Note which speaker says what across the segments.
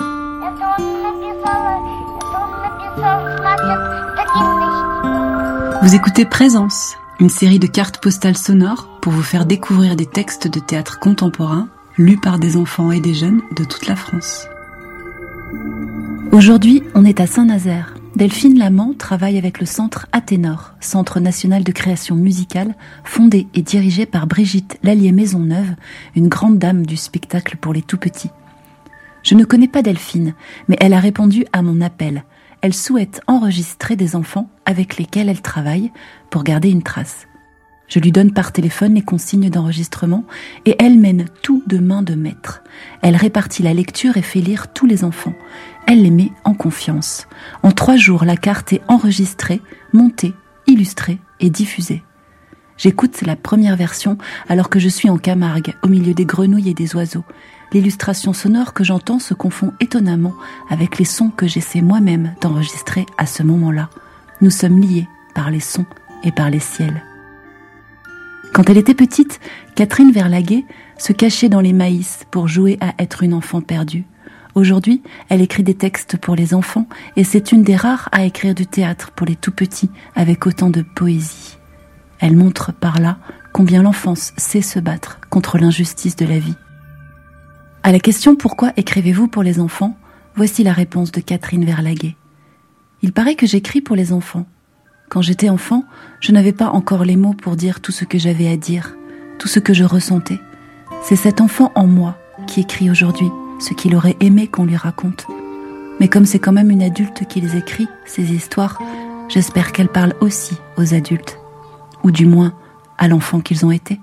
Speaker 1: Я то написала, я то написала, значит, таким
Speaker 2: Vous écoutez Présence, une série de cartes postales sonores pour vous faire découvrir des textes de théâtre contemporain lus par des enfants et des jeunes de toute la France. Aujourd'hui, on est à Saint-Nazaire. Delphine Lamant travaille avec le centre Athénor, centre national de création musicale, fondé et dirigé par Brigitte Lallier Maisonneuve, une grande dame du spectacle pour les tout-petits. Je ne connais pas Delphine, mais elle a répondu à mon appel. Elle souhaite enregistrer des enfants avec lesquels elle travaille pour garder une trace. Je lui donne par téléphone les consignes d'enregistrement et elle mène tout de main de maître. Elle répartit la lecture et fait lire tous les enfants. Elle les met en confiance. En trois jours, la carte est enregistrée, montée, illustrée et diffusée. J'écoute la première version alors que je suis en Camargue, au milieu des grenouilles et des oiseaux. L'illustration sonore que j'entends se confond étonnamment avec les sons que j'essaie moi-même d'enregistrer à ce moment-là. Nous sommes liés par les sons et par les ciels. Quand elle était petite, Catherine Verlaguet se cachait dans les maïs pour jouer à être une enfant perdue. Aujourd'hui, elle écrit des textes pour les enfants et c'est une des rares à écrire du théâtre pour les tout petits avec autant de poésie. Elle montre par là combien l'enfance sait se battre contre l'injustice de la vie. À la question pourquoi écrivez-vous pour les enfants, voici la réponse de Catherine Verlaguet. Il paraît que j'écris pour les enfants. Quand j'étais enfant, je n'avais pas encore les mots pour dire tout ce que j'avais à dire, tout ce que je ressentais. C'est cet enfant en moi qui écrit aujourd'hui ce qu'il aurait aimé qu'on lui raconte. Mais comme c'est quand même une adulte qui les écrit, ces histoires, j'espère qu'elle parle aussi aux adultes, ou du moins à l'enfant qu'ils ont été.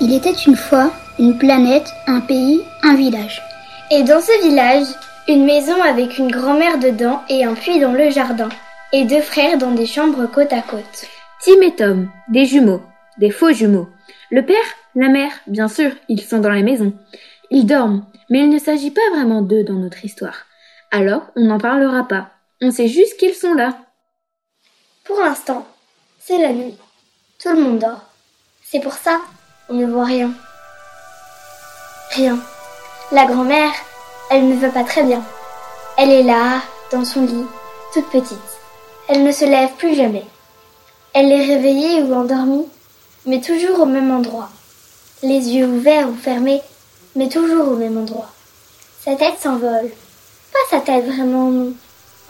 Speaker 3: Il était une fois une planète, un pays, un village. Et dans ce village, une maison avec une grand-mère dedans et un puits dans le jardin. Et deux frères dans des chambres côte à côte.
Speaker 4: Tim et Tom, des jumeaux, des faux jumeaux. Le père, la mère, bien sûr, ils sont dans la maison. Ils dorment, mais il ne s'agit pas vraiment d'eux dans notre histoire. Alors, on n'en parlera pas. On sait juste qu'ils sont là.
Speaker 3: Pour l'instant, c'est la nuit. Tout le monde dort. C'est pour ça, on ne voit rien. Rien. La grand-mère, elle ne va pas très bien. Elle est là, dans son lit, toute petite. Elle ne se lève plus jamais. Elle est réveillée ou endormie, mais toujours au même endroit. Les yeux ouverts ou fermés, mais toujours au même endroit. Sa tête s'envole. Pas sa tête vraiment, non.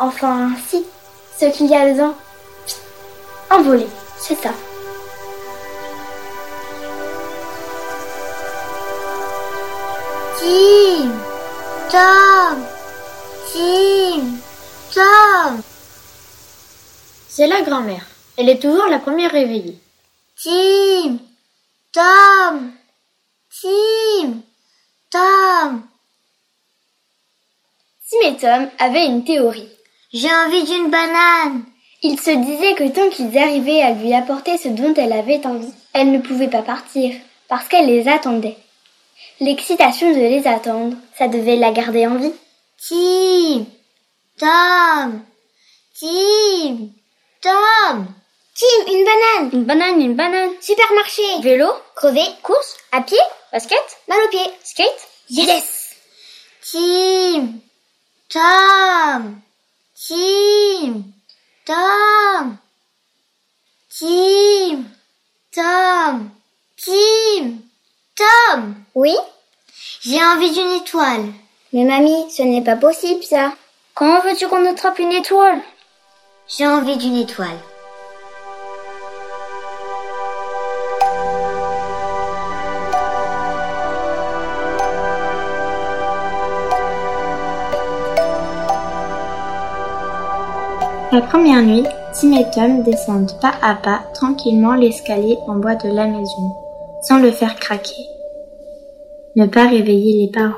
Speaker 3: Enfin, si, ce qu'il y a dedans. Psst, Envolé, c'est ça.
Speaker 1: Tim, Tom, Tim, Tom,
Speaker 4: C'est la grand-mère. Elle est toujours la première réveillée.
Speaker 1: Tim, Tom, Tim, Tom.
Speaker 3: Tim et Tom avaient une théorie.
Speaker 1: J'ai envie d'une banane.
Speaker 3: Ils se disaient que tant qu'ils arrivaient à lui apporter ce dont elle avait envie, elle ne pouvait pas partir, parce qu'elle les attendait. L'excitation de les attendre, ça devait la garder en vie.
Speaker 1: Tim, Tom, Tim, Tom. Tim, une banane.
Speaker 4: Une banane, une banane.
Speaker 1: Supermarché.
Speaker 4: Vélo,
Speaker 1: Crevé.
Speaker 4: course,
Speaker 1: À pied.
Speaker 4: basket,
Speaker 1: Mal au pied.
Speaker 4: skate.
Speaker 1: Yes. Tim, Tom, Tim, Tom. Tim, Tom, Tim, Tom.
Speaker 3: Oui,
Speaker 1: J'ai envie d'une étoile.
Speaker 3: mais mamie, ce n'est pas possible ça. Comment veux-tu qu'on attrape une étoile
Speaker 1: J'ai envie d'une étoile.
Speaker 5: La première nuit, Tim et Tom descendent pas à pas tranquillement l'escalier en bois de la maison, sans le faire craquer. Ne pas réveiller les parents.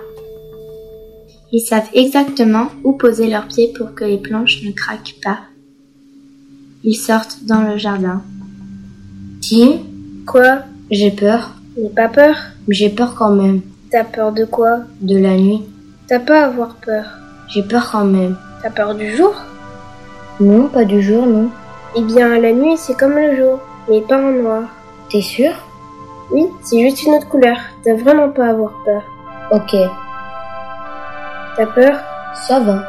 Speaker 5: Ils savent exactement où poser leurs pieds pour que les planches ne craquent pas. Ils sortent dans le jardin.
Speaker 6: Tim,
Speaker 5: Quoi
Speaker 6: j'ai peur.
Speaker 5: N'aie pas peur
Speaker 6: mais J'ai peur quand même.
Speaker 5: T'as peur de quoi
Speaker 6: De la nuit.
Speaker 5: T'as pas à avoir peur.
Speaker 6: J'ai peur quand même.
Speaker 5: T'as peur du jour
Speaker 6: Non, pas du jour, non.
Speaker 5: Eh bien, la nuit, c'est comme le jour, mais pas en noir.
Speaker 6: T'es sûr
Speaker 7: Oui, c'est juste une autre couleur. T'as vraiment pas à avoir peur.
Speaker 3: Ok,
Speaker 7: T'as peur
Speaker 3: ça va.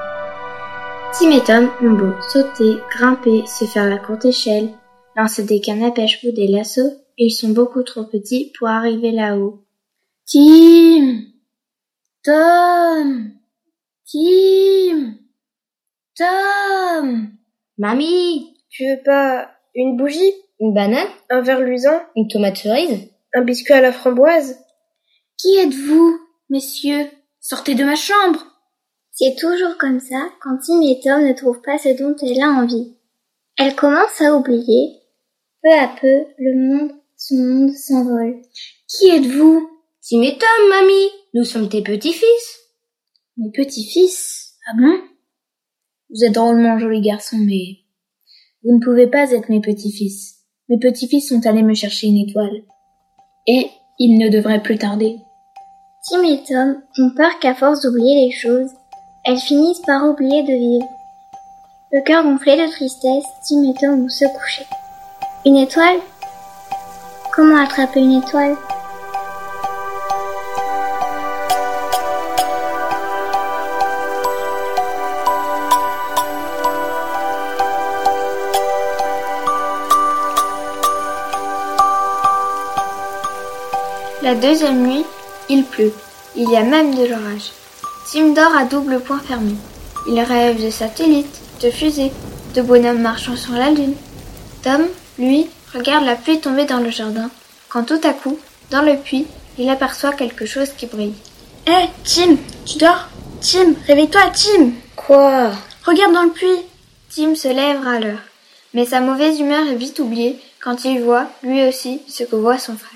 Speaker 7: Tim et Tom ont beau sauter, grimper, se faire la courte échelle, lancer des cannes à pêche ou des lassos, ils sont beaucoup trop petits pour arriver là-haut.
Speaker 4: Tim Tom Tim Tom
Speaker 3: Mamie,
Speaker 7: Tu veux pas une bougie,
Speaker 3: une banane,
Speaker 7: un verre luisant,
Speaker 3: une tomate cerise
Speaker 7: un biscuit à la framboise
Speaker 4: Qui êtes-vous, messieurs Sortez de ma chambre
Speaker 5: C'est toujours comme ça quand Tim et Tom ne trouvent pas ce dont elle a envie. Elle commence à oublier. Peu à peu, le monde, son monde s'envole.
Speaker 4: Qui êtes-vous
Speaker 3: Tim et Tom, mamie, nous sommes tes petits-fils.
Speaker 4: Mes petits-fils Ah bon Vous êtes drôlement jolis garçons, mais... Vous ne pouvez pas être mes petits-fils. Mes petits-fils sont allés me chercher une étoile. Et ils ne devraient plus tarder.
Speaker 5: Tim et Tom ont peur qu'à force d'oublier les choses, elles finissent par oublier de vivre. Le cœur gonflé de tristesse, Tim et Tom vont se coucher. Une étoile Comment attraper une étoile
Speaker 7: La deuxième nuit, il pleut. Il y a même de l'orage. Tim dort à double point fermé. Il rêve de satellites, de fusées, de bonhommes marchant sur la lune. Tom, lui, regarde la pluie tomber dans le jardin, quand tout à coup, dans le puits, il aperçoit quelque chose qui brille.
Speaker 5: Hé, Tim, tu dors Tim, réveille-toi, Tim
Speaker 3: Quoi
Speaker 5: Regarde dans le puits
Speaker 7: Tim se lève à l'heure, mais sa mauvaise humeur est vite oubliée quand il voit, lui aussi, ce que voit son frère.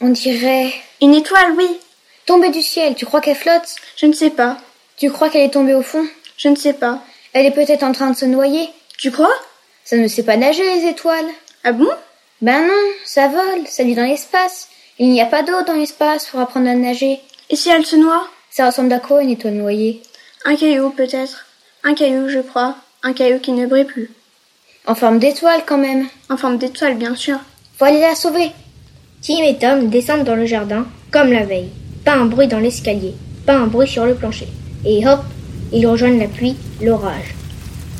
Speaker 3: On dirait...
Speaker 5: Une étoile, oui
Speaker 3: Tombée du ciel, tu crois qu'elle flotte
Speaker 5: Je ne sais pas,
Speaker 3: Tu crois qu'elle est tombée au fond
Speaker 5: je ne sais pas.
Speaker 3: Elle est peut-être en train de se noyer
Speaker 5: Tu crois
Speaker 3: Ça ne sait pas nager, les étoiles
Speaker 5: Ah bon
Speaker 3: Ben non, ça vole, ça vit dans l'espace. Il n'y a pas d'eau dans l'espace pour apprendre à nager.
Speaker 5: Et si elle se noie
Speaker 3: Ça ressemble à quoi une étoile noyée
Speaker 5: Un caillou, peut-être. Un caillou, je crois. Un caillou qui ne brille plus.
Speaker 3: En forme d'étoile quand même.
Speaker 5: En forme d'étoile, bien sûr.
Speaker 3: Faut aller la sauver.
Speaker 8: Tim et Tom descendent dans le jardin, comme la veille. Pas un bruit dans l'escalier, pas un bruit sur le plancher. Et hop, ils rejoignent la pluie, l'orage.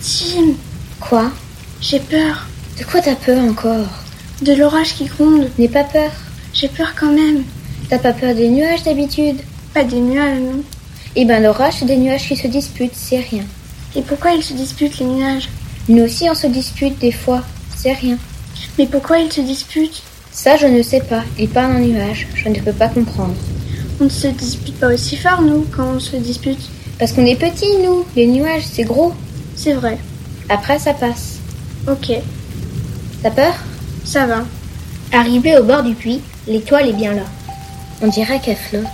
Speaker 5: Tim,
Speaker 3: Quoi
Speaker 5: j'ai peur.
Speaker 3: De quoi t'as peur encore
Speaker 5: De l'orage qui gronde.
Speaker 3: N'aie pas peur.
Speaker 5: J'ai peur quand même.
Speaker 3: T'as pas peur des nuages d'habitude
Speaker 5: Pas des nuages, non.
Speaker 3: Eh ben l'orage, c'est des nuages qui se disputent, c'est rien.
Speaker 5: Et pourquoi ils se disputent, les nuages
Speaker 3: Nous aussi on se dispute des fois, c'est rien.
Speaker 5: Mais pourquoi ils se disputent
Speaker 3: Ça je ne sais pas, il parle en nuages, je ne peux pas comprendre.
Speaker 5: On ne se dispute pas aussi fort, nous, quand on se dispute.
Speaker 3: Parce qu'on est petits nous, les nuages c'est gros.
Speaker 5: C'est vrai.
Speaker 3: Après ça passe.
Speaker 5: Ok,
Speaker 3: T'as peur
Speaker 5: ça va.
Speaker 8: Arrivés au bord du puits, l'étoile est bien là.
Speaker 3: On dirait qu'elle flotte.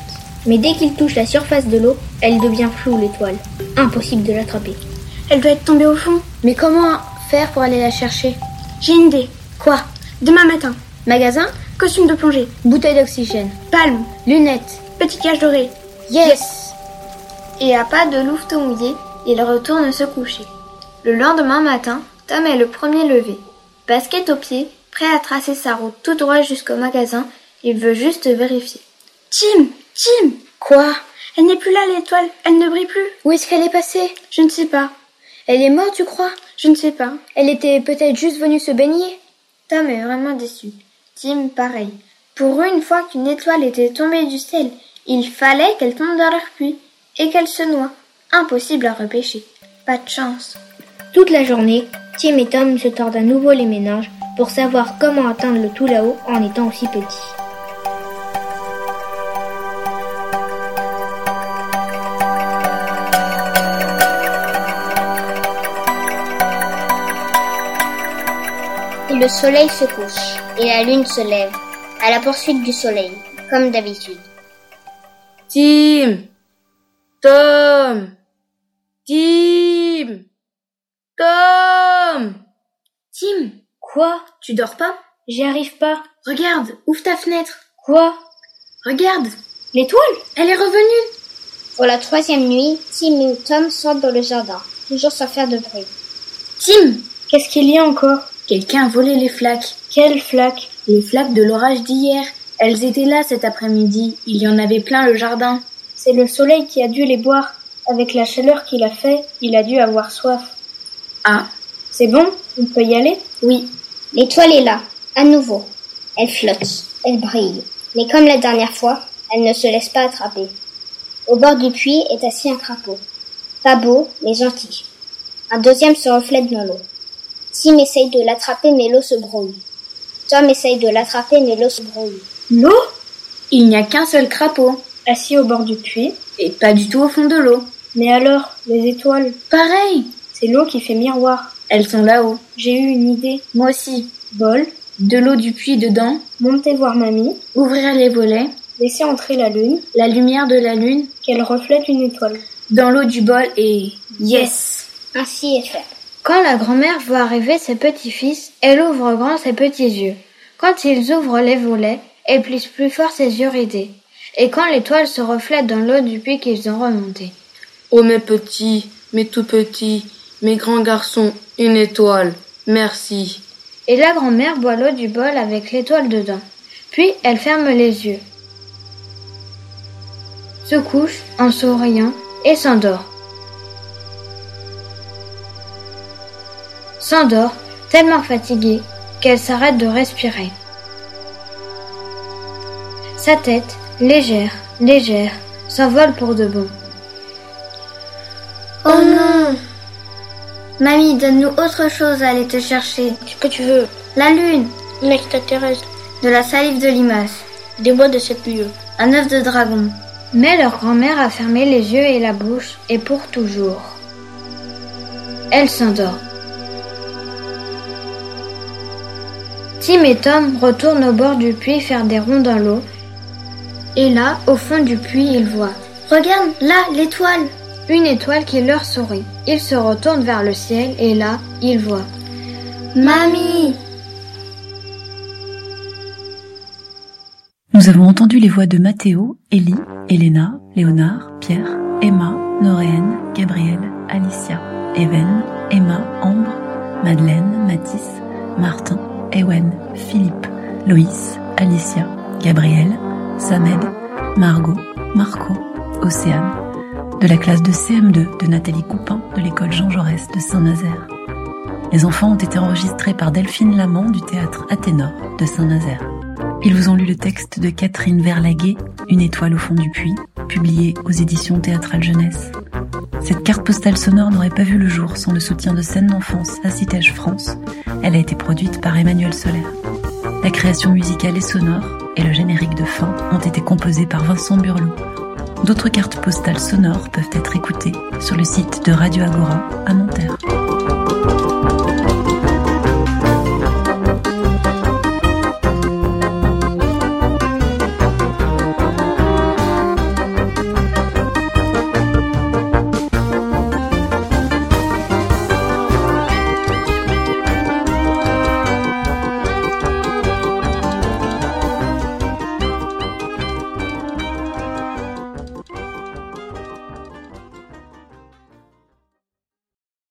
Speaker 8: Mais dès qu'il touche la surface de l'eau, elle devient floue l'étoile. Impossible de l'attraper.
Speaker 5: Elle doit être tombée au fond.
Speaker 3: Mais comment faire pour aller la chercher
Speaker 5: J'ai une idée.
Speaker 3: Quoi
Speaker 5: Demain matin,
Speaker 3: Magasin
Speaker 5: costume de plongée,
Speaker 3: Bouteille d'oxygène.
Speaker 5: palme,
Speaker 3: Lunettes.
Speaker 5: petit cache doré.
Speaker 3: Yes,
Speaker 7: Et à pas de louveteau mouillé, il retourne se coucher. Le lendemain matin, Tom est le premier levé. Basket aux pieds, prêt à tracer sa route tout droit jusqu'au magasin, il veut juste vérifier.
Speaker 5: Tim, Tim,
Speaker 3: Quoi
Speaker 5: elle n'est plus là, l'étoile. Elle ne brille plus.
Speaker 3: Où est-ce qu'elle est passée
Speaker 5: Je ne sais pas.
Speaker 3: Elle est morte, tu crois
Speaker 5: Je ne sais pas.
Speaker 3: Elle était peut-être juste venue se baigner.
Speaker 7: Tom est vraiment déçu. Tim, pareil. Pour une fois qu'une étoile était tombée du ciel, il fallait qu'elle tombe dans leur puits et qu'elle se noie. Impossible à repêcher. Pas de chance.
Speaker 8: Toute la journée, Tim et Tom se tordent à nouveau les méninges pour savoir comment atteindre le tout là-haut en étant aussi petits.
Speaker 3: Le soleil se couche et la lune se lève, à la poursuite du soleil, comme d'habitude.
Speaker 4: Tim Tom Tim Tom Tim
Speaker 8: Quoi
Speaker 4: Tu dors pas
Speaker 8: J'y arrive pas.
Speaker 4: Regarde, ouvre ta fenêtre.
Speaker 8: Quoi
Speaker 4: Regarde,
Speaker 8: L'étoile
Speaker 4: elle est revenue.
Speaker 3: Pour la troisième nuit, Tim et Tom sortent dans le jardin, toujours sans faire de bruit.
Speaker 4: Tim
Speaker 8: Qu'est-ce qu'il y a encore
Speaker 4: Quelqu'un a volé les flaques.
Speaker 8: Quelle flaque
Speaker 4: Les flaques de l'orage d'hier. Elles étaient là cet après-midi, il y en avait plein le jardin.
Speaker 9: C'est le soleil qui a dû les boire. Avec la chaleur qu'il a fait, il a dû avoir soif.
Speaker 4: Ah,
Speaker 9: C'est bon On peut y aller
Speaker 4: oui,
Speaker 10: L'étoile est là, à nouveau. Elle flotte, elle brille. Mais comme la dernière fois, elle ne se laisse pas attraper. Au bord du puits est assis un crapaud. Pas beau, mais gentil. Un deuxième se reflète dans l'eau. Tim essaye de l'attraper, mais l'eau se brouille. Tom essaye de l'attraper, mais l'eau se brouille.
Speaker 9: L'eau
Speaker 4: il n'y a qu'un seul crapaud,
Speaker 9: Assis au bord du puits.
Speaker 4: et pas du tout au fond de l'eau.
Speaker 9: Mais alors, les étoiles,
Speaker 4: Pareil,
Speaker 9: c'est l'eau qui fait miroir.
Speaker 4: elles sont là-haut.
Speaker 9: J'ai eu une idée.
Speaker 4: Moi aussi.
Speaker 9: Bol,
Speaker 4: De l'eau du puits dedans,
Speaker 9: monter voir mamie,
Speaker 4: ouvrir les volets,
Speaker 9: laisser entrer la lune,
Speaker 4: la lumière de la lune,
Speaker 9: qu'elle reflète une étoile.
Speaker 4: dans l'eau du bol et... Yes
Speaker 10: Ainsi est fait.
Speaker 3: Quand la grand-mère voit arriver ses petits-fils, elle ouvre grand ses petits yeux. Quand ils ouvrent les volets, elle plisse plus fort ses yeux ridés. Et quand l'étoile se reflète dans l'eau du puits qu'ils ont remonté.
Speaker 11: Oh mes petits, mes tout petits, mes grands garçons, une étoile, merci.
Speaker 3: Et la grand-mère boit l'eau du bol avec l'étoile dedans. Puis elle ferme les yeux, se couche en souriant et s'endort. S'endort tellement fatiguée qu'elle s'arrête de respirer. Sa tête, légère, légère, s'envole pour de bon.
Speaker 10: Oh non Mamie, donne-nous autre chose à aller te chercher.
Speaker 3: Qu'est-ce que tu veux
Speaker 10: La lune,
Speaker 12: Une extraterrestre.
Speaker 10: de la salive de limace,
Speaker 12: Des bois de cette lieu.
Speaker 10: un œuf de dragon.
Speaker 3: Mais leur grand-mère a fermé les yeux et la bouche, et pour toujours. Elle s'endort. Tim et Tom retournent au bord du puits faire des ronds dans l'eau. Et là, au fond du puits, ils voient
Speaker 10: Regarde, là, l'étoile
Speaker 3: une étoile qui leur sourit. Ils se retournent vers le ciel et là, ils voient
Speaker 10: Mamie
Speaker 2: Nous avons entendu les voix de Mathéo, Ellie, Elena, Léonard, Pierre, Emma, Noréenne, Gabrielle, Alicia, Even, Emma, Ambre, Madeleine, Mathis, Martin, Ewen, Philippe, Loïs, Alicia, Gabrielle, Samed, Margot, Marco, Océane, de la classe de CM2 de Nathalie Coupin de l'école Jean Jaurès de Saint-Nazaire. Les enfants ont été enregistrés par Delphine Lamont du théâtre Athénor de Saint-Nazaire. Ils vous ont lu le texte de Catherine Verlaguet, Une étoile au fond du puits, publié aux éditions Théâtrales Jeunesse. Cette carte postale sonore n'aurait pas vu le jour sans le soutien de Scène d'Enfance à Citège France. Elle a été produite par Emmanuel Solaire. La création musicale et sonore et le générique de fin ont été composés par Vincent Burlot. D'autres cartes postales sonores peuvent être écoutées sur le site de Radio Agora à Nanterre.